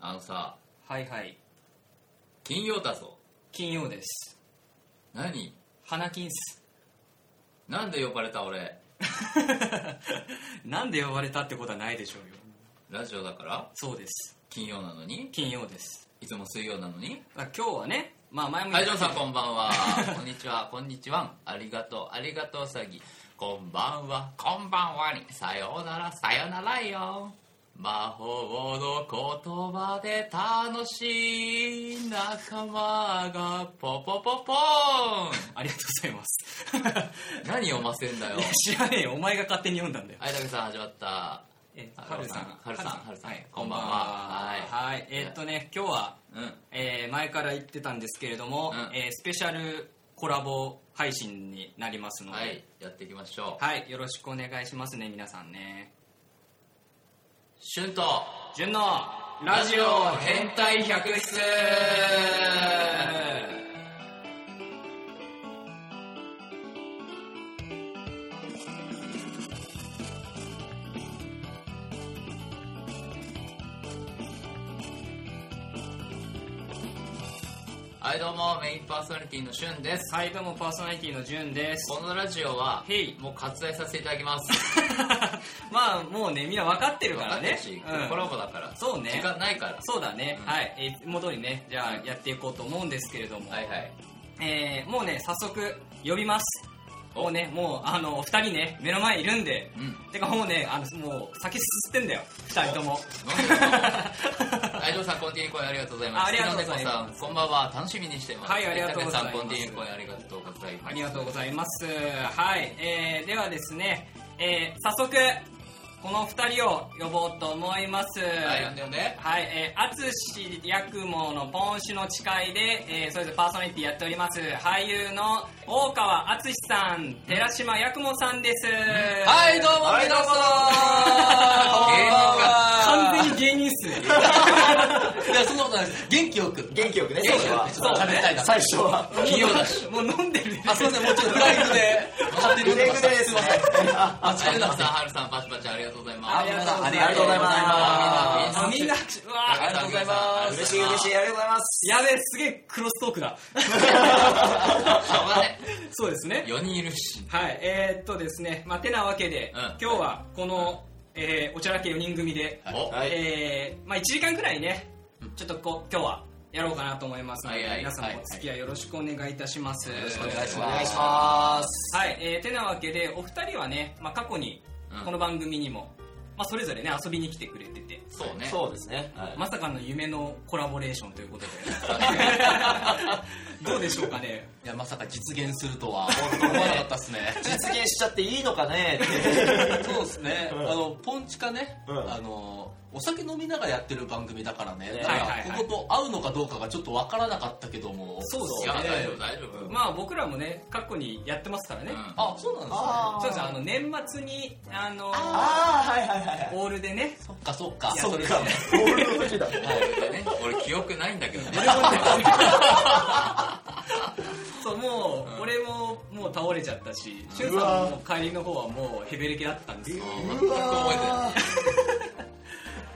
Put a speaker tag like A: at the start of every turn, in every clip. A: あのさ
B: はいはい
A: 金曜だぞ
B: 金曜です
A: 何
B: 花金っす
A: なんで呼ばれた俺
B: なんで呼ばれたってことはないでしょうよ
A: ラジオだから
B: そうです
A: 金曜なのに
B: 金曜です
A: いつも水曜なのに
B: あ今日はねまあ前も
A: は
B: 言
A: い
B: っ
A: ジョ
B: た
A: ンさんこんばん はこんにちはこんにちはありがとうありがとうさぎこんばんはこんばんはにさようならさようならよ魔法の言葉で楽しい仲間がポポポ ポー
B: ありがとうございます
A: ン何読ませんだよ
B: いや知らねえよお前が勝手に読んだんだよ
A: はい、たけさん始まった。
B: え
A: あ
B: はるさん
A: はるさんはるさん
B: はい
A: こんばんは
B: はいはいえーっとね今日は、
A: うん。
B: えー前から言ってたんですけれども、
A: うん
B: えースペシャルコラボ配信になりますので、
A: はい、やっていきましょう。
B: はい、よろしくお願いしますね皆さんね
A: シュンと、
B: 純のラジオ変態百室
A: はい、どうも、メインパーソナリティのシュンです。
B: はいどうもパーソナリティの純です
A: このラジオは、
B: へい
A: もう割愛させていただき ます。
B: まあもうねみんな分かってる
A: 分
B: か
A: からってる
B: ね
A: し、
B: うん
A: コラボだから。
B: そうね
A: 時間ないから。
B: そうだね、
A: うん
B: はい、えーいつも通りねじゃあやっていこうと思うんですけれども、
A: はいはい。
B: えーもうね早速呼びます
A: お
B: もうねもうあのお二人ね目の前いるんで
A: うん。
B: てかもうねあのもう先進ってんだよ二人とも
A: 飲んでる はい、ジョンさん、コンティニューコインありがとうございます。
B: あありがとうございます
A: 篠田さん、こんばんは。楽しみにしてます。
B: はいありがとうご
A: た
B: ざいます
A: けさん、コンティニューコインありがとうございます。
B: ありがとうございます。はい。えー、ではですね、えー、早速、この二人を呼ぼうと思います。
A: はい、呼んで呼んで。
B: はい、えー、あつしやくものポンシュの誓いで、えー、それぞれパーソナリティやっております、俳優の大川敦さん、寺島やくもさんです。
A: はい、どうも、
B: はい
A: 皆
B: どうも
A: さん。
B: 完全に芸人っすね。
A: いや、そんなことないです。元気よく。
C: 元気よくね、
A: 元
C: 最
A: 気
C: 初
A: よ
C: は。
A: くそう
C: 食べたいな。最初は。
A: 器用だし。
B: もう飲んでるね
A: あ、すいません、もうちょっとフライングで。 勝手に飲ん
C: グ
A: で
C: レ
A: ま
C: グ
A: した
C: レ。ですね。
A: あ、ちなさん、はるさん、パチパチありがとうございます。
B: ありがとうございます
C: ありがとうございます
B: あ、みんな、うわ
A: ありがとうございます。
C: 嬉しい嬉しい、ありがとうございます。
B: やべえ、すげえクロストークだ。
A: しょうがない。
B: そうですね。
A: 4人いるし。
B: はい、えー、っとですね、まあ、てなわけで、
A: うん
B: 今日はこの、えーおちゃらけ4人組で、
A: お、
C: はい
B: えーまあ、1時間くらいね
A: うん、
B: ちょっとこう今日はやろうかなと思いますので、
A: はいはい
B: 皆さんもお付き合いよろしくお願いいたします。
A: よろしくお
C: お
A: 願
C: 願
A: い
C: い
A: し
C: し
A: ま
C: ますす。
B: はい、えーてなわけで、お二人はね、まあ、過去に
A: うん
B: この番組にも、まあ、それぞれね、遊びに来てくれてて、
A: そうね。
C: そうですね。はい
B: まさかの夢のコラボレーションという ことで、どうでしょうかね。
D: いや、まさか実現するとは、思わなかったっすね。
C: 実現しちゃっていいのかねって
D: そうっすね。
C: うん
D: あの、ポンチカね、
C: うん
D: あの、お酒飲みながらやってる番組だからね、
C: ね
D: だから
B: はいはいはい
D: ここと合うのかどうかがちょっとわからなかったけども。
B: そうです
A: い
B: よ
A: や、
B: ね。
A: 大丈夫、大丈夫。
B: まあ、僕らもね、過去にやってますからね。
A: うん
D: あ、そうなんですね。
B: そうですあの年末にあの
C: ああ、はいはいはいはい。
B: オールでね
D: そっかそっか。
C: そっ
D: れ
C: か、ゴールド時だ。
A: 俺ね俺、記憶ないんだけどね。
B: そうもう、俺ももう倒れちゃったししゅんさんももう帰りの方はもうヘベレケだったんですよ
A: 全く覚えてない。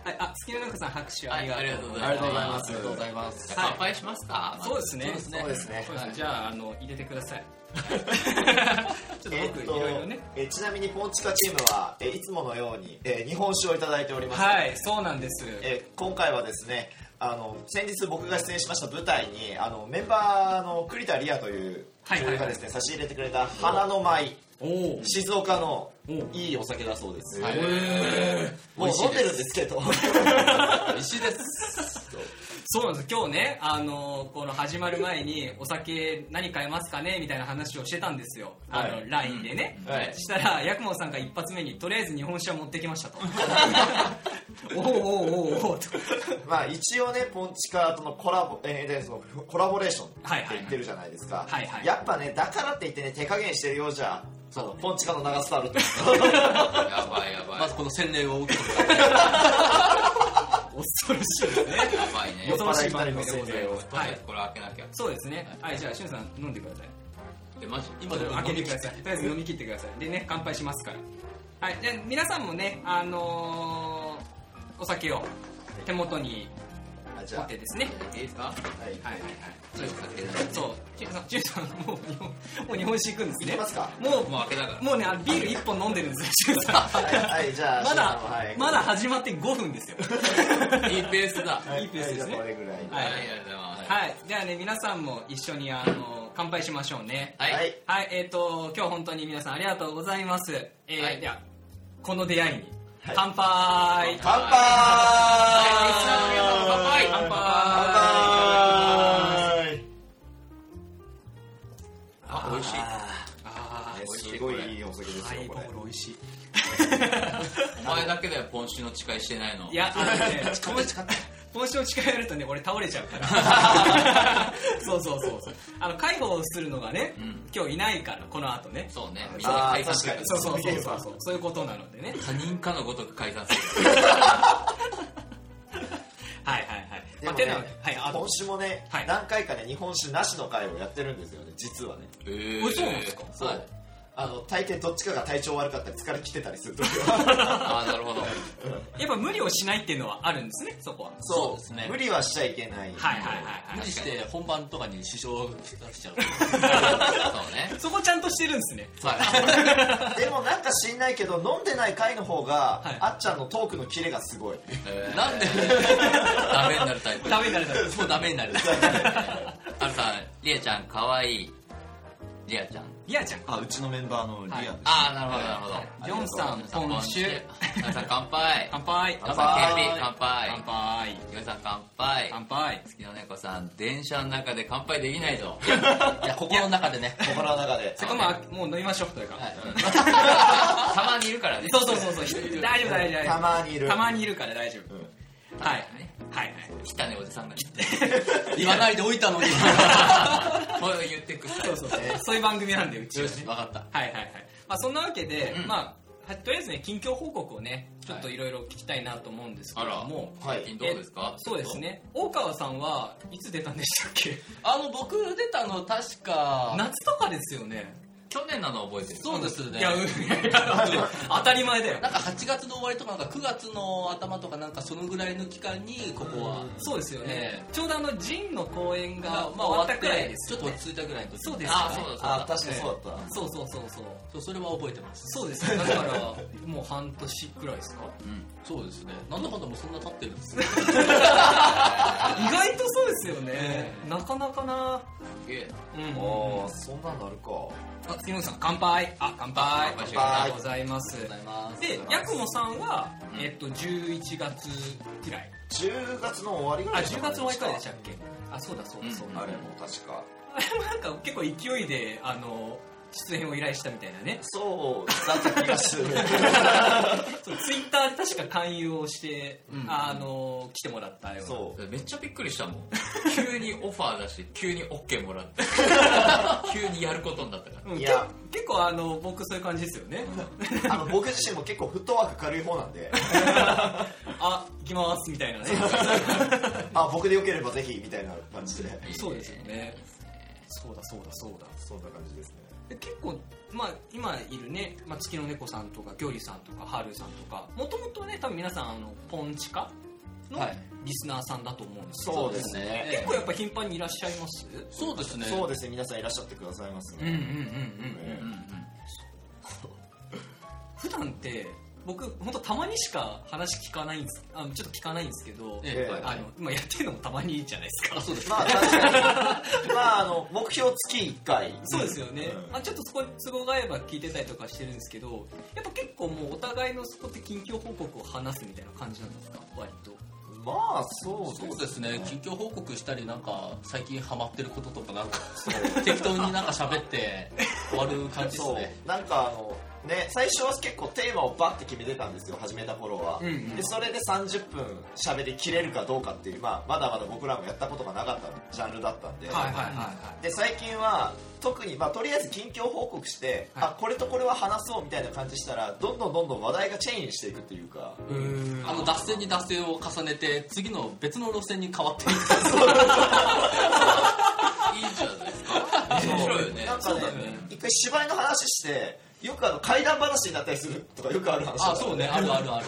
B: はいあ月の中さん拍手
A: は
B: あり
A: い
B: が
A: ありが
B: と
A: と
B: う
A: う
B: ご
A: ご
B: ざい
A: ざ
B: ま
A: いま
D: ありがとうございます。
A: す。乾杯しますか
B: すそうですね
C: そうですね。
B: そうですねじゃああの入れてくださいちょっと
C: え
B: 僕
C: っ
B: い
C: と
B: ろいろね、
C: えちなみにポンチカチームは、えいつものように、え日本酒をいただいております。
B: はいそうなんです
C: えー今回はですねあの先日僕が出演しました舞台にあのメンバーの栗田理也という
B: はいはい
C: 女優がですね、差し入れてくれた花の舞
B: おお
C: 静岡の
B: お
C: いいお酒だそうです、
D: はい
C: もう飲んでるんですけど
D: 美味しいです。
B: そうなんです今日ねあのこの始まる前にお酒何買えますかねみたいな話をしてたんですよあの、
C: はい
B: LINE でね、
C: はい
B: そしたら、ヤクモさんが一発目に、とりあえず日本酒を持ってきましたと。 おおおおおおと。
C: まあ一応ねポンチカーとのコラボ、えーでそのコラボレーションって
B: はいはい
C: 言ってるじゃないですか、
B: はいはい
C: やっぱねだからって言ってね手加減してるようじゃあのポンチカの名が伝わると
A: やばいやばい。
D: まずこの洗礼を受けてもら
B: 恐ろしいですね。
A: やばいね。
C: 酔っ
B: 恐
C: 払い二人の
B: ろしい番組でご
C: 洗
B: ざい
C: 礼を
B: ます
A: とり
B: は
A: あえ
B: い
A: ず。これ開けなきゃ。
B: そうですね。はい、じゃあ、しゅんさん、飲んでください。
A: で、マジ
D: 今でも
B: 開けてください。とりあえず飲み切ってください。でね、乾杯しますから。はい、じゃあ、皆さんもね、あのーお酒を手元に
C: あじゃあ
B: ホテですね。
A: いいですか
C: は
B: は
C: い
B: いはいはい。
A: ちょっと酒
B: そう、チュウさん、チュウさん、もう日本、もう日本酒行くんです
C: いけ
B: ね
C: ま。すか
B: もう、
A: もう開けたから
B: もうね、あのビール1本飲んでるんですよ、チ ュウさん。
C: はいはいじゃあ
B: まだ
C: 翔さんはい、
B: まだ始まって5分です よ。
A: いいペースだ。はい
C: はい
B: いペースですね
C: はいじゃあこれぐら
B: は
C: い
A: あ
B: い
A: りがとうございます。
B: はい。じゃあね、皆さんも一緒に、あの、乾杯しましょうね。
A: はい。
C: はい
B: はい、えっ、と、今日本当に皆さんありがとうございます。えー
A: はい
B: では、この出会いに、
C: はい
B: 乾杯
C: 乾
A: はい
C: 杯
A: リスナーの皆さんも乾杯
C: 乾杯
A: あ、美味しい。
B: あ
C: ねすごいいいお酒で
B: ー、ハ
C: すよ
B: イボ
C: これ
B: ール美味しい。
A: お前だけだよ、ポンシュの誓いしてないの。
B: いや、あのね、
C: ごめん近かった
B: 帽子を近寄るとね、俺倒れちゃう から。そうそうそうそう。あの、介護をするのがね、
A: ん
B: 今日いないから、この後ね。
A: そうね。みんな
C: あ
A: 解
C: ー
A: 散する
C: 確。
B: そうそうそうそうそう。そういうことなのでね。
A: 他人かのごとく解散する。
B: はいはいはい。まあ、て
C: で
B: な
C: も
B: わ
C: ね
B: けはい、あ
C: 今
B: の、
C: 週もね
B: はい
C: 何回かね日本酒なしの会をやってるんですよね実はね
A: えー
B: おそうなんですか
A: そう。
C: あの大抵どっちかが体調悪かったり疲れきてたりする時は
A: あー、なるほど。
B: やっぱ無理をしないっていうのはあるんです ね、そこは。
D: そうですね
C: 無理はしちゃいけない
B: はいはいはいはい。
D: 無理して本番とかに支障が来ちゃう。
A: そうね。
B: そこちゃんとしてるんですね。
A: そう
C: でもなんか知んないけど飲んでない回の方が、
B: はい
C: あっちゃんのトークのキレが すごい
A: えー
D: なんで
A: ダメになるタイプ。
B: ダメになるなる。
D: もうダメになる。
A: あるさん、リアちゃん、かわいい。リアちゃん。
B: リアちゃん。
E: あうちのメンバーのリアです、
A: あー、なるほど、なるほど。
B: ジョンさん、ポンシュ。
A: 皆さん、乾杯。
B: 乾杯。
A: 皆さん、ケンピ、乾
B: 乾
A: 杯。
B: 杯。
A: 皆さん、乾杯。
B: 乾杯。
A: 月の猫さん、電車の中で乾杯できないぞ。
D: いや、心の中でね。
C: 心の中で
B: そこもあ、もう飲みましょう、というか。
D: はい
A: たまにいるからね。
B: そうそうそうそう。 大丈夫大丈夫。
C: たまにいる
B: たまにいるから大丈夫。
C: うん
B: はい
A: ね。
B: はいはい。
A: 来たね、おじさ んが。
D: 言わないでおい たのに。
A: こう言ってくさい。
B: そうそうそう。 そういう番組なんで、うちは
D: よ
B: ね。
D: し、わかった。
B: はいはいはい。まあそんなわけで、
A: うん
B: まあ、はとりあえずね、近況報告をね、ちょっといろいろ聞きたいなと思うんですけ
A: あ
B: れ
A: ら、
B: ども、
A: もう、最近どうですか
B: そうです。ね。大川さんはいつ出たんでしたっけ
D: あの、僕出たの確か、
B: 夏とかですよね。
A: 去年なの覚えてる
D: そうですね。
B: いや、うん、い やいや当たり前だよ。
D: なんか8月の終わりとかなんか9月の頭とかなんかそのぐらいの期間にここは
B: そうですよね
D: え。え
B: ちょうどあの、ジンの公演
D: まあ
B: が終わったくらい
D: 終わっ
B: で
D: て
B: す
D: ちょ
B: よ
D: っと
B: ね
D: 落。ち着いたぐらいの時
B: そうです
A: あ、そうだそう
C: あ
A: だ。
C: 確かにそうだった、
B: そうそうそうそう。
D: そうそれは覚えてます
B: そうです よだから、もう半年くらいですか
A: うん。
D: そうですねなんだかんだもうそんな経ってるんですね
B: 意外とそうですよね
D: え。
B: なかなかな。
A: すげえな。
B: うん。
C: おーそんなのあるか
B: あ、月野さん、乾杯。あ、乾杯。
A: 乾杯しよう
B: ありがとうございます。
D: ございます
B: で、ヤクモさんは、
A: うん
B: えっと、11月くらい。
C: 10月の終わりぐ
B: あ、
C: らいでした
B: 10
C: かね
B: 月の終わりくらいでしたっけあ、そうだそうだそうだ。
C: あれも確か
B: なんか結構勢いで、あの、出演を依頼したみたいなね。
C: そうだった気がする
B: そうツイッターで確か勧誘をして、
A: うん
B: あの、来てもらったような。
C: そう
A: めっちゃびっくりしたも ん。急にオファー出して、急に OK もらって。急にやることになったから。
B: うん
C: い
B: け
C: や
B: 結構あの、僕そういう感じですよね。
C: あの僕自身も結構フットワーク軽い方なんで
B: あ、行きます、みたいなね。
C: あ僕でよければぜひみたいな感じで
B: そうですよね。そうだそうだそうだ。
C: そんな感じですね
B: で結構、まあ、今いるね、まあ、月の猫さんとかギョリさんとかハルさんとかもともとね多分皆さんあのポンチカの
D: はい
B: リスナーさんだと思うんですけど、
C: そうですね
B: 結構やっぱ頻繁にいらっしゃいます
D: そうですね
C: そうですね皆さんいらっしゃってくださいます
B: うんうんうん
C: ね、
B: うんうん
A: うんうん。
B: 普段って僕本当たまにしか話聞かないんですあちょっと聞かないんですけど、
D: ええ
C: ええ
B: あの今やってるのもたまにじゃないですか
D: あそうです
C: まあ確かにまああの目標月1回
B: そうですよね、
C: うん
B: まあ、ちょっとそこに都合が合えば聞いてたりとかしてるんですけどやっぱ結構もうお互いのそこって近況報告を話すみたいな感じなんですか割と
C: まあそう
D: そう
C: で
D: ですすね近況報告したりなんか最近ハマってることとかなんか適当になんか喋って終わる感じです
C: そう
D: ね
C: なんかあのね最初は結構テーマをバッて決めてたんですよ始めた頃は、
B: うんうん
C: でそれで30分喋りきれるかどうかっていう、まあ、まだまだ僕らもやったことがなかったジャンルだったんで、
B: はいはいはいはい
C: で最近は特に、まあ、とりあえず近況報告して、
B: はい
C: あこれとこれは話そうみたいな感じしたらどんどんどんどん話題がチェンジしていくっていうか
B: うん
D: あの脱線に脱線を重ねて次の別の路線に変わっていく
A: いい じゃないですか。面白いよね。
C: なんかね
B: ね
C: 一回芝居の話してよくあの怪談話になったりするとかよくある話
D: あそうねあるあ るある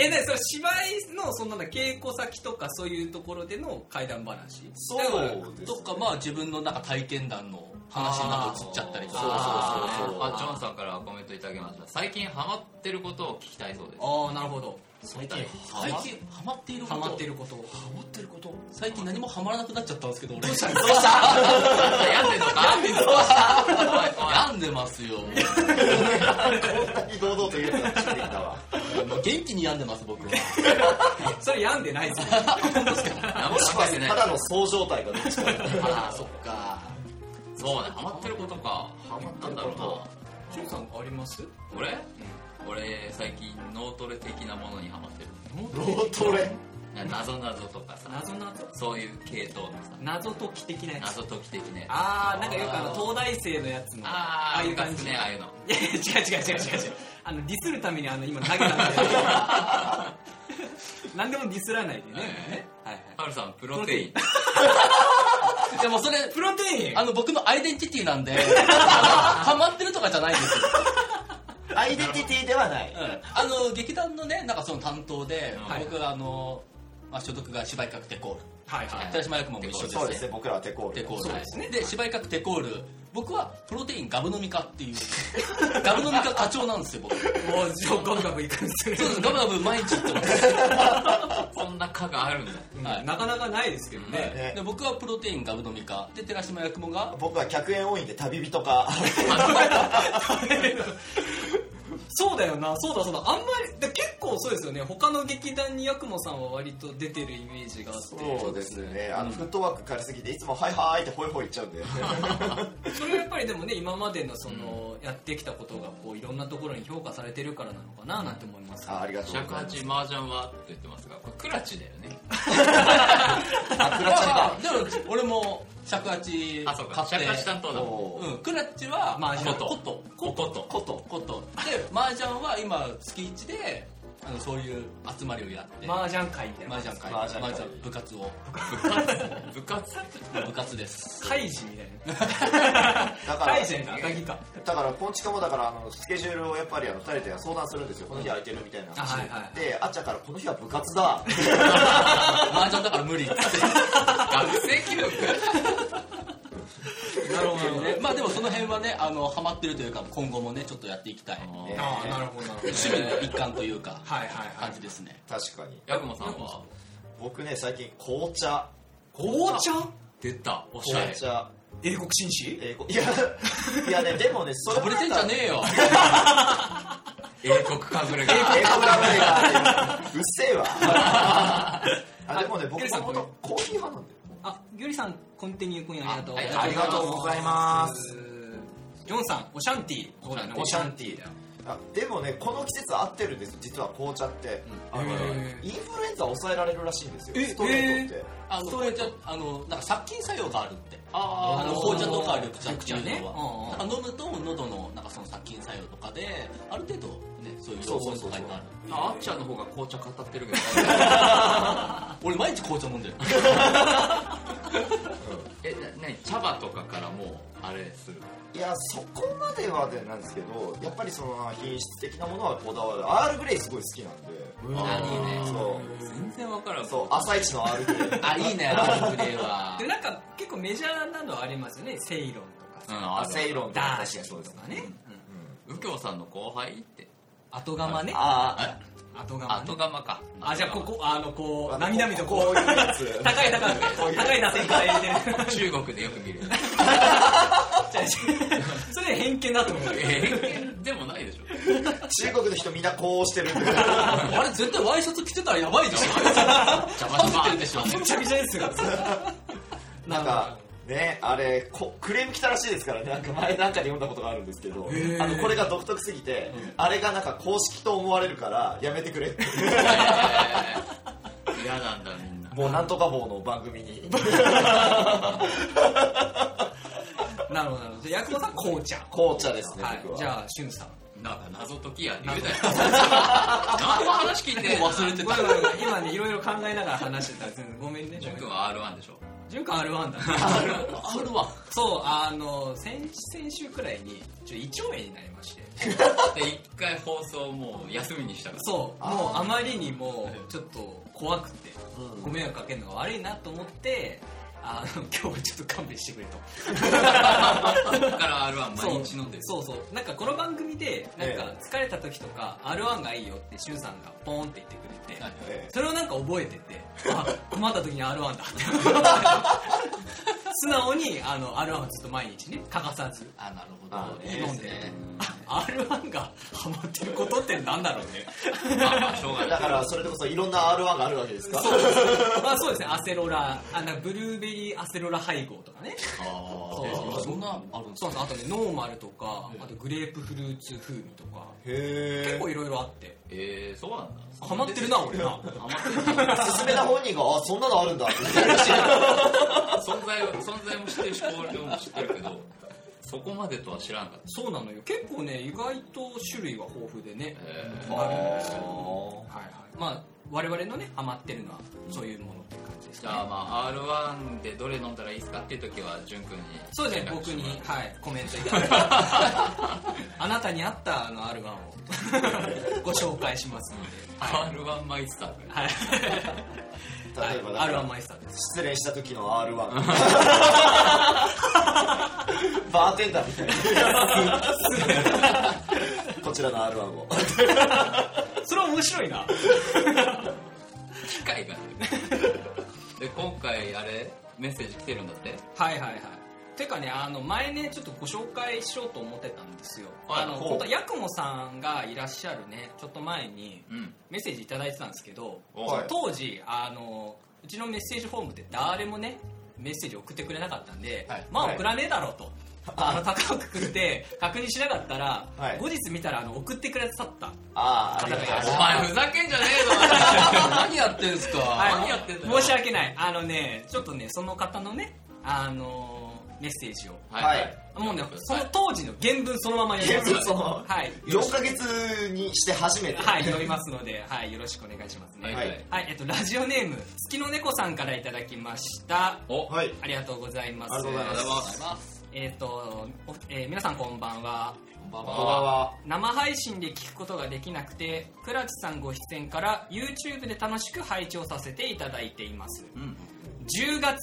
B: えねそれ芝居のそんなんだ稽古先とかそういうところでの怪談話
C: そう
D: だから
C: です
D: とかまあ自分のなんか体験談の話になんか映っちゃったりとか
A: あー
C: そうそうそうそう
A: あジョンさんからコメントいただきました最近ハマってることを聞きたいそうです
B: ああなるほど
A: 最近
D: 最近ハマっていること
B: ハマっていること
D: ハマってること最近何もハマらなくなっちゃったんですけど俺どうした
C: どうした
A: 病んでんのか病んでんのか怖い怖い
D: 病んでますよ
C: こんなに堂々と言うのが初めてだわ
D: もう元気に病んでます僕は
B: それ病んでないですね
A: 何も
C: もしく
A: 考
C: は
A: えてない
C: ただのそう状態がどっちか
A: あーそっかそうねハマってることかハマったんだろうな
B: ジュンさんあります
A: 俺、俺最近脳トレ的なものにハマってる
C: 脳トレ
A: 謎謎とかさ
B: 謎謎
A: そういう系統のさ
B: 謎解き的なやつ
A: 謎解き的ねあ
B: ああなんかよくあの東大生のやつの
A: あ
B: あ
A: あ
B: あ
A: あ
B: い
A: いうう
B: 感
A: 感
B: じ
A: じねああいうの
B: いやいや違う違う違う違う違うあのディスるためにあの今投げたんだよ何でもディスらないでね、はいはい
A: ハルさんプロテイン
D: でもそれ
B: プロテイン
D: あの僕のアイデンティティなんでハマってるとかじゃないんですよ
C: アイデンティティではない
D: あの劇団のねなんかその担当で、
A: はい
D: 僕があの、まあ、所属が芝居確定コール
B: はいはい
D: 寺島役も一緒です
C: そ
D: ね
C: うですね僕らはテコー
D: テ
C: ル
D: コール
B: そうですね
D: で芝居確定コール僕はプロテインガブ飲み化っていうガブ飲み化課長なんですよ僕そう
B: もうじゃあガブガブいくんですよね
D: ですガブガブ毎日行ってます
A: そんな科があ るんだ
D: はい
B: なかなかないですけどね、
C: ね
D: で僕はプロテインガブ飲み化で寺島役もが
C: 僕は客円多いんで旅人か
B: そうだよなそうだそうだあんまりで結構そうですよね他の劇団に八雲さんは割と出てるイメージがあって
C: そうですねあのフットワーク軽すぎていつも「はいはい」ってホイホイ言っちゃうんで
B: それはやっぱりでもね今までのその、やってきたことがこういろんなところに評価されてるからなのかななんて思います
C: あありがとうございます
A: 尺八麻雀はって言ってますがこれクラチだよね
D: クラッチ でも俺も尺八
A: あそうか
D: 買っ
A: 尺
D: て
A: 八担当だもん
C: おー
D: うん、クラッチは
B: 麻雀
D: コト
A: おこと
D: コトコトで麻雀は今月1であのそういう集まりをやって
B: マージャン会みたいな
D: 麻雀会
C: 麻雀会
D: 部活を
A: 部活
D: 部活です
B: 会事みたいな
C: だから
B: 会社の赤木か
C: だからポンチカもだからあのスケジュールをやっぱりあの2人で相談するんですよこの日空いてるみたいな話
B: あはいはい
C: であっちゃんからこの日は部活 だ
D: 麻雀だから無理って
A: 学生記録
B: なるほどね
D: まあでもその辺はねあのハマってるというか今後もねちょっとやっていきたい
C: ね
B: ああなるほどなるほど
D: 趣味の一環というか
B: はいはいは
D: 感
B: い
D: じですね
C: 確かに
A: ヤクモさんは
C: 僕ね最近紅茶
B: 紅茶
A: 出たおしゃれ
C: 紅茶
B: 英国紳士
C: 英語いやいやねでもねそれ
D: かぶれてんじゃねえよ
A: 英国かぶれが
C: 英語が無理だうっせえわあでもね
B: ゆ
C: 僕
B: りさ
C: も
B: ん
C: ともとコーヒー派なんだよ
B: あギョリさんコンティニュー今夜ありがとう
A: あはい
C: ありがとうございます
B: ジョンさんオシャンティーそうだね
A: オ
B: オシャンティーだよ
C: あでもねこの季節合ってるんです実は紅茶って、
B: うん
C: あの
B: へー
C: インフルエンザ抑えられるらしいんですよ
B: え
C: ストレートって、
D: あの紅茶あのなんか殺菌作用があるって
A: あ
D: あの紅茶とか緑茶っていうのは、
B: 緑茶ね
D: なんか飲むと喉のなんかその殺菌作用とかである程度ねそういう
C: そ
D: 養
C: うそう
D: 分
C: そ
D: と
C: う
D: かになる
A: ああっちゃんの方が紅茶語ってるけど
D: 俺毎日紅茶飲んでる
A: えな何茶葉とかからもうあれする
C: いやそこまではでなんですけどやっぱりその品質的なものはこだわるアールグレイすごい好きなんで
A: あーいいね
C: そ
A: 全然分からん
C: うそう朝一のアールグ レイ
D: あいいねアールグレイは
B: でなんか結構メジャーなのはありますよねセイロンとか
A: う
B: さ
A: んあ
C: セイロンとか
B: ダー
C: 確
B: シ
C: かに
B: ャ
C: そう
B: ン
C: です
B: と
C: ね
B: かね
A: 右京さんの後輩って
B: 後釜ね
C: あ
B: 後釜ね
A: 後釜か
B: あじゃあここあのこ
C: あ
B: う涙みと
C: こ
B: こ
C: ういう
B: う
C: やつ
B: 高い高い
C: こういう
B: 高い打線から入れてる
A: 中国でよく見 る
B: じゃあそれ偏見だと思う
A: 偏見でもないでしょ
C: 中国の人みんなこうしてるんで
D: あれ絶対ワイシャツ着てたらやばいじゃん
A: 邪魔しま
D: 食べてるでしょ
B: めちゃくちゃですよ
C: なんかねあれこクレーム来たらしいですからねなんか前なんかで読んだことがあるんですけど
B: へー
C: あのこれが独特すぎて、あれがなんか公式と思われるからやめてくれって
A: えー嫌なんだみんな
C: もうなんとか棒の番組に
B: なるほどなるほどじゃあ八雲さん紅茶
C: 紅茶ですね、
B: はい
C: 僕は
B: じゃあしゅんさん
A: なんか謎解きやって言うたやん何の話聞いてんの
D: 忘れて
B: ご
D: た
B: めんごめんごめん今ねいろいろ考えながら話してた全然ごめんね
A: ジュン君は R1 でしょ
B: 潤君 R1 だね
D: あるわ
B: そうあの先先週くらいにちょ胃腸炎になりまして
A: で一回放送もう休みにしたから
B: そう
C: あー
B: もうあまりにも
A: ええ
B: ちょっと怖くて
C: うん
B: ご迷惑かけるのが悪いなと思ってあの今日はちょっと勘弁してくれと
A: そっから R1 毎日飲んでる
B: そうそうそうなんかこの番組でなんか疲れた時とか「R‐1 がいいよ」ってしゅんさんがポーンって言ってくれて、
A: はい
C: え
B: それをなんか覚えててあ困った時に R‐1 だって素直にあの R‐1 はずっと毎日ね欠かさず
D: あなるほ
C: あ
D: ど
C: いい
D: 飲
C: で
D: ん
C: す
D: で
C: ね
B: あ R‐1 がハマってることってなんだろうね
A: まあまあしょうが
C: え
A: な
C: だ
A: い
C: からそれでこそいろんな R1 があるわけですか
B: そうまあそうですねアセロラあなんかブルーベリーアセロラ配合とかね
A: あ
B: そう
D: えそんなあるんです
B: そう
D: か
B: そうあとねノーマルとかあとグレープフルーツ風味とか
C: へ
B: 結構いろいろあって
A: ーえー、そうなんだ
B: ハマってるな俺な
A: ハマってる
C: え進めた本人があそんなのあるんだって言ってるし
A: 存在を存在も知ってるし香料も知ってるけどそこまでとは知らんかった
B: そうなのよ結構ね意外と種類は豊富でね
A: えー
B: あるんですけどはいはいまあ我々のねハマってるのはそういうものって感じです
A: じ
B: ね
A: ゃあまあ R1 でどれ飲んだらいいですかっていう時は潤くんに
B: そうですね
A: 連絡
B: 僕
A: してもら
B: に
A: う
B: はいコメントいただいて あなたに合ったあの R1 をご紹介しますのではい
A: R1 マイスターで
B: はい
C: 例えば
B: はい
C: だから
B: R1 マイスターです
C: 失恋した時の R1 バーテンダーみたいなこちらの R1 を
B: それは面白いな
A: 機械がねで今回あれメッセージ来てるんだって
B: はいはいはいてかねあの前ねちょっとご紹介しようと思ってたんですよ、
A: はい
B: あの
C: ほう
B: 本当はヤクモさんがいらっしゃるねちょっと前に
A: うん
B: メッセージいただいてたんですけど
A: お
C: はい
B: 当時あのうちのメッセージフォームって誰もねメッセージ送ってくれなかったんで、
D: はい
B: ま
C: は
B: あ
C: い
B: 送らねえだろうと、あの高くくって確認しなかったら、
C: はい
B: 後日見たらあの送ってくださった
C: ああありがとうございます
A: お前ふざけんじゃね
D: 何やってんすか
A: 何やってんだよ
B: 申し訳ないあのねちょっとねその方のねあのメッセージを
A: えぞはい、
C: はい
B: もうねその当時の原文そのまま読み
C: 原
B: ま
C: 文
B: す
C: そのまま
B: はいよろし
C: 4ヶ月にして初めて
B: はい読みますので、はい、よろしくお願いしますね
A: はい
C: は
A: はいい
B: はい、えっと、ラジオネーム月の猫さんからいただきました
A: お
C: はい
B: ありがとうございます
C: ありがとうござい
A: ありがとうご
C: ま
A: ざいます
B: えっと、おえー皆さんこんばんは
A: こんばん
C: こんばん
A: は
C: は
B: 生配信で聞くことができなくて倉地さんご出演から YouTube で楽しく拝聴させていただいています
A: うん
B: 10月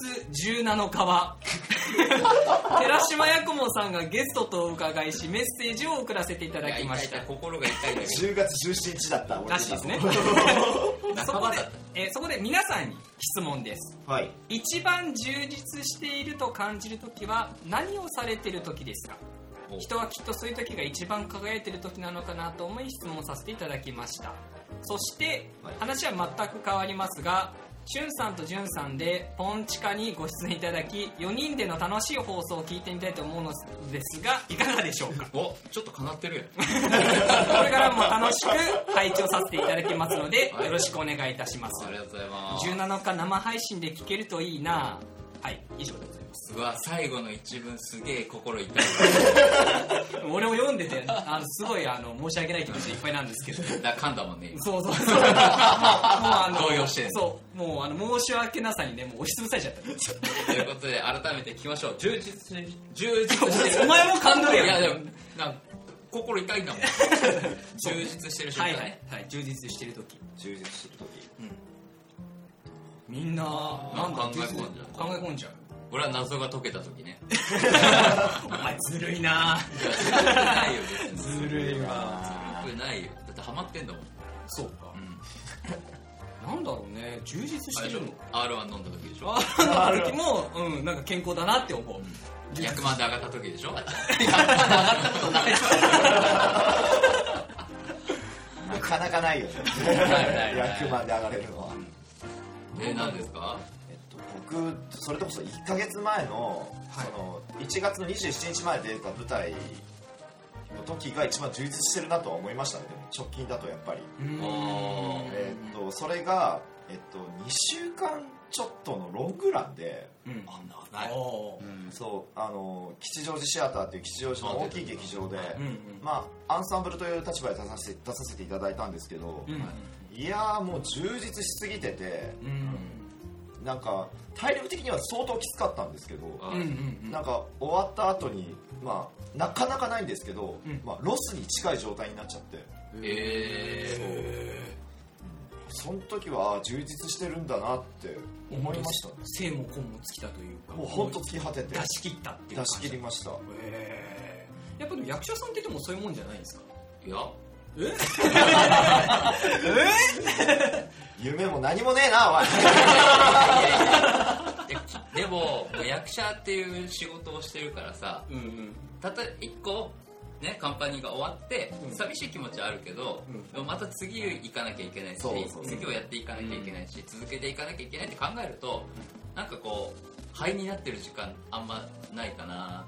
B: 17日は 寺島八雲さんがゲストとお伺いしメッセージを送らせていただきまし
A: い
B: た
A: や痛い痛い心が痛いんだけ
C: 10月17日だった俺
B: らし いですね
A: ど
B: そ
A: 仲
B: こ
A: 間
B: で
A: だった、
B: えーそこで皆さんに質問です
C: はい
B: 一番充実していると感じる時は何をされてる時ですか
A: お
B: 人はきっとそういう時が一番輝いてる時なのかなと思い質問させていただきましたそして
C: はい
B: 話は全く変わりますがしゅんさんとじゅんさんでポンチカにご出演いただき4人での楽しい放送を聞いてみたいと思うのですがいかがでしょう か
A: おちょっとかなってるや ん
B: これからも楽しく拝聴させていただきますのでよろしくお願いいたします
A: ありがとうございます
B: 17日生配信で聞けるといいなはい以上でございます
A: うわ最後の一文すげえ心痛い
B: 俺も読んでてあのすごいあの申し訳ない気持ちでいっぱいなんですけ ど
A: だから噛んだもんね
B: そうそうそう。もう、もうあの、
A: 動揺してんの
B: そう。もう、あの、申し訳なさにね、もう押しつぶされちゃっ
A: ということで改めて聞きま しょう充実し充実して
B: た。
A: る
B: お前も感動やん。
A: いやでもなんか心痛いんだもん 充実してる瞬
B: は
A: 間
B: い
A: ね、
B: はい。はい、充実してる時。
C: 充実してる時
B: みんな、なんだ、
A: 考え込んじゃう
B: 考え込んじゃう。
A: 俺は謎が解けた時ね
B: お前ずるいな
A: ないよ別に
B: ずるいわ。
C: あ
A: これないよだってハマってんだもん、
B: そうか
A: う。ん、
B: なんだろうね、充実
A: あれ
B: して
A: でし
B: る
A: ょ
B: の
A: R1 飲んだ時でしょ
B: あーの時も、うん、なんか健康だなって思う。
A: 100万で上がった時でしょ
C: ーなかなかないよね
A: いないない
C: 役まで上がれるのは
A: え何ですか
C: えっと、僕それとこそ1ヶ月前の,、
B: はい
C: その1月の27日まで出た舞台の時が一番充実してるなとは思いましたねでも直近だとやっぱり、
B: うーん
A: あー
C: えっとそれが、えっと、2週間ちょっとのロモンクーランで
B: うん
A: あんなこと
D: あ
A: ない
D: うん
C: そうあの吉祥寺シアターっていう吉祥寺の大きい劇場で、
B: うんうん
C: まあ、アンサンブルという立場で出させて出させていただいたんですけど、
B: うん
C: いやーもう充実しすぎててなんか体力的には相当きつかったんですけど、
B: うんうん
C: なんか終わった後にまあなかなかないんですけど、
B: うん
C: まあ、ロスに近い状態になっちゃって、
A: え
C: その時はあー充実してるんだなって思いましたね
B: 生も根も尽きたというか
C: もう本当突き果てて
B: 出し切ったっていう
C: 出
B: 感
C: し
B: じ
C: 切りました
B: へーやっぱでも役者さんってでもそういうもんじゃないんですか
A: ー、いや
C: 夢も何もねえなおい
A: できでももう役者っていう仕事をしてるからさ
B: うんうん
A: たとえ1個ね、カンパニーが終わって
B: うん
A: 寂しい気持ちはあるけど、
B: うん
A: でもまた次行かなきゃいけないし
C: そうそう
A: 次をやっていかなきゃいけないし、続けていかなきゃいけないって考えるとなんかこう灰になってる時間あんまないかな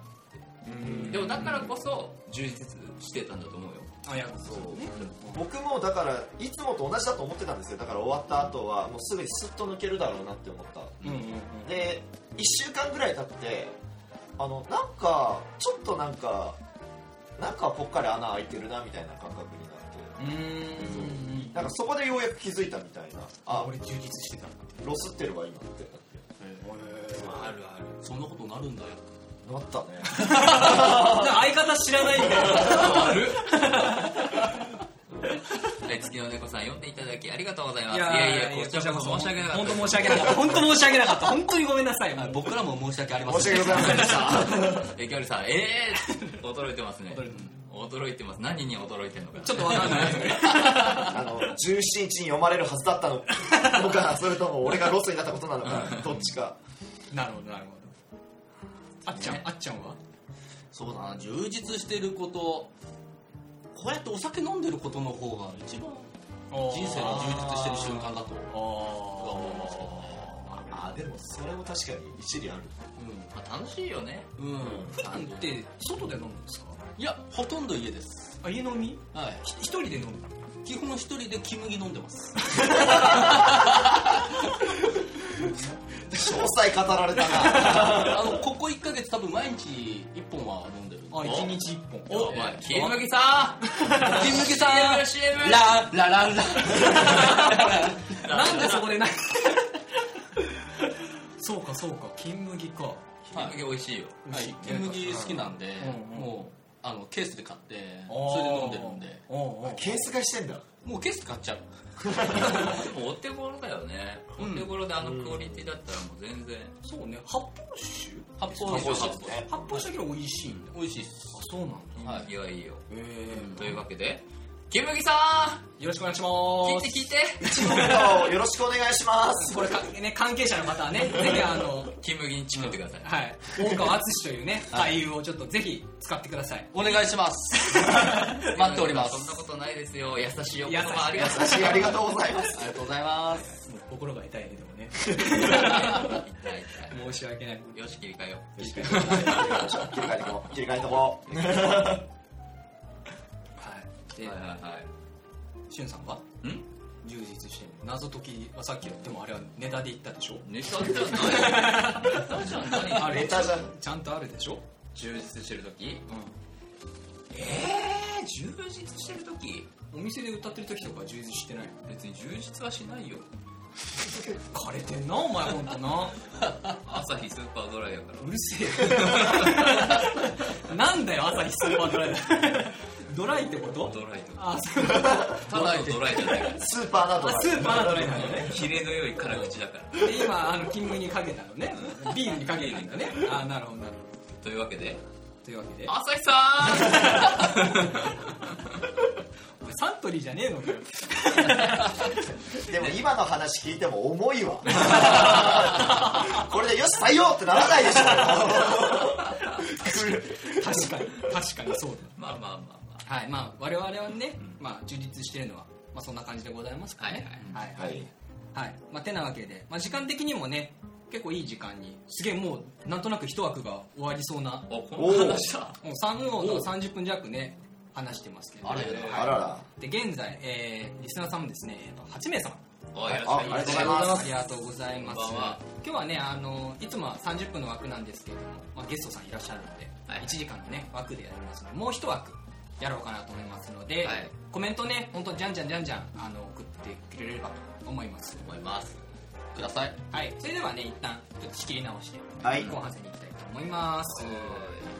A: でもだからこそ充実してたんだと思うよ
B: あ役
C: そう
B: ね
C: 僕もだからいつもと同じだと思ってたんですよだから終わった後はもうすぐにスッと抜けるだろうなって思った
B: うんうんうん
C: で1週間ぐらい経ってあのなんかちょっとなんかなんかぽっかり穴開いてるなみたいな感覚になって
B: うーん
C: なんかそこでようやく気づいたみたいなあ
B: 俺充実してたんだ
C: ロスってるわ今って
A: あるある
D: そんなことなるんだよ
C: なったね
B: 相方知らないんだよ
A: はい、月の猫さん読んでいただきありがとうございます。い
B: い
A: や
B: や
A: いや
B: いや
A: こちらこそ申し訳なかった
B: 本
A: です。
B: 当申し訳なかった 本当申し訳なかった本当にごめんなさいもう
D: 僕らも申し訳ありま
C: 申し
D: せん
C: 訳ございませんでした
A: え、ギャルさん、えー、驚いてます ね
B: 驚いて。
A: 驚いてます。何に驚いてんのか。
B: ちょっとわかんないですね
C: あの17日に読まれるはずだったの のかそれとも俺がロスになったことなのかどっちか
B: なるほどなるほどあっちゃん
A: ね
B: あっちゃんは
D: そうだな充実してることこうやってお酒飲んでることの方が一番人生の充実してる瞬間だと
B: あー
C: あでもそれも確かに一理ある
A: まあ楽しいよね。
D: うん、うん、
B: 普段って外で飲むんですか
D: いやほとんど家です
B: あ家飲み
D: はい
B: ひ一人で飲む
D: 基本一人でキムギ飲んでます
C: 詳細語られたな
D: あのここ1ヶ月多分毎日1本は飲んでる
B: あ一日一本
A: お前、切り抜きさ
D: キムギさ
A: ん
D: ん
A: !CM!
D: ラララ ラ
B: なんでそこ でないそうかそうか金麦か
A: 切り抜き美味しいよ。
D: はい、キムギ好きなんで、
B: うんうん
D: もうあのケースで買ってそれで飲んでるんで
B: おうおう
C: ケース買いしてんだ
D: もうケースで買っちゃう
A: でもお手頃だよね。お
D: うん
A: 手頃であのクオリティだったらもう全然。
B: そうね発泡酒
D: 発泡酒
C: 発泡酒ですね
B: 発泡酒が美味しいんだ
D: 美味しいっす
B: あそうなんだ
D: はい
A: いや、いいよ。
B: へ
A: というわけで、キムギさ
B: えよろしくお願いし
A: ん聞い
B: ます
A: て聞いて
C: よろしくお願いします
B: これかね関係者の方はねぜひあの
A: キムギにチクってください。
B: はい大川淳というね俳優をちょっとぜひ使ってください
D: お願いします 待っておりま
A: そんな
D: す
A: ことないですよ。優しいお言葉ありがとうございます。
C: 私ありがとうございます
D: ありがとうございます
B: もう心が痛いねでもね
A: 痛い痛
B: 申し訳ない
A: い。よし、切り替えよう。
C: 切り替えてこう切り替えてこう
B: はいで
A: はいはい
B: しゅんさんは
A: はい。ん
B: 充実してる謎解きはさっきのでもあれはネタで言ったでしょ
A: ネタじゃない。ネタじゃない。
B: あれ
C: ネタじゃん
B: ちゃんとあるでしょ
A: 充実してる時えー、充実してる時
B: お店で歌ってる時とかは充実してない
A: 別に充実はしないよ。
B: 枯れてんなお前ほんとな
A: 朝日スーパードライやから。
B: うるせえなんだよ 朝日スーパードライだ ドライってこと
A: ドライとか。
B: あそう
A: ただのドライじゃないから。
C: スーパーなど
B: あスーパーのドライなのね
A: キレの良い辛口だから。
B: で今あの金麦にかけたのねビールにかけたんだねあなるほどなるほど
A: というわけで、
B: というわけで
A: 朝日さ
B: お前サントリーじゃねえのかよ
C: でも今の話聞いても重いわこれでよし採用ってならないでし
B: 確かに確かにそう
A: ーんまあまあまあま
B: だはいまあ我々はね、まあ、充実してるのは、まあ、そんな感じでございますからねはい
C: ょはい
B: はい、まあ、てなわけで、まあ、時間的にもね結構いい時間にすげえもうなんとなく一枠が終わりそうな
A: あ。お、
C: お
A: こ
C: ー
A: の話だ。
B: もう3号と30分弱ね話してますけど
D: あれ
A: えー
C: あらら
B: で現在、えーリスナーさんもですね、えーと8名様
A: およろしくお願いし
C: あありがとうございます
B: ありがとうございます
A: こんばんは
B: 今日はねあのいつもは30分の枠なんですけれども、まあ、ゲストさんいらっしゃるので、
A: はい
B: 1時間のね枠でやりますのでもう一枠やろうかなと思いますので、
A: はい
B: コメントね本当じゃんじゃんじゃんじゃんあの送ってくれればと思います
A: 思いますください
B: はいそれではね一旦ちょっと仕切り直して、
C: はい
B: 後半戦に行きたいと思います
A: おーい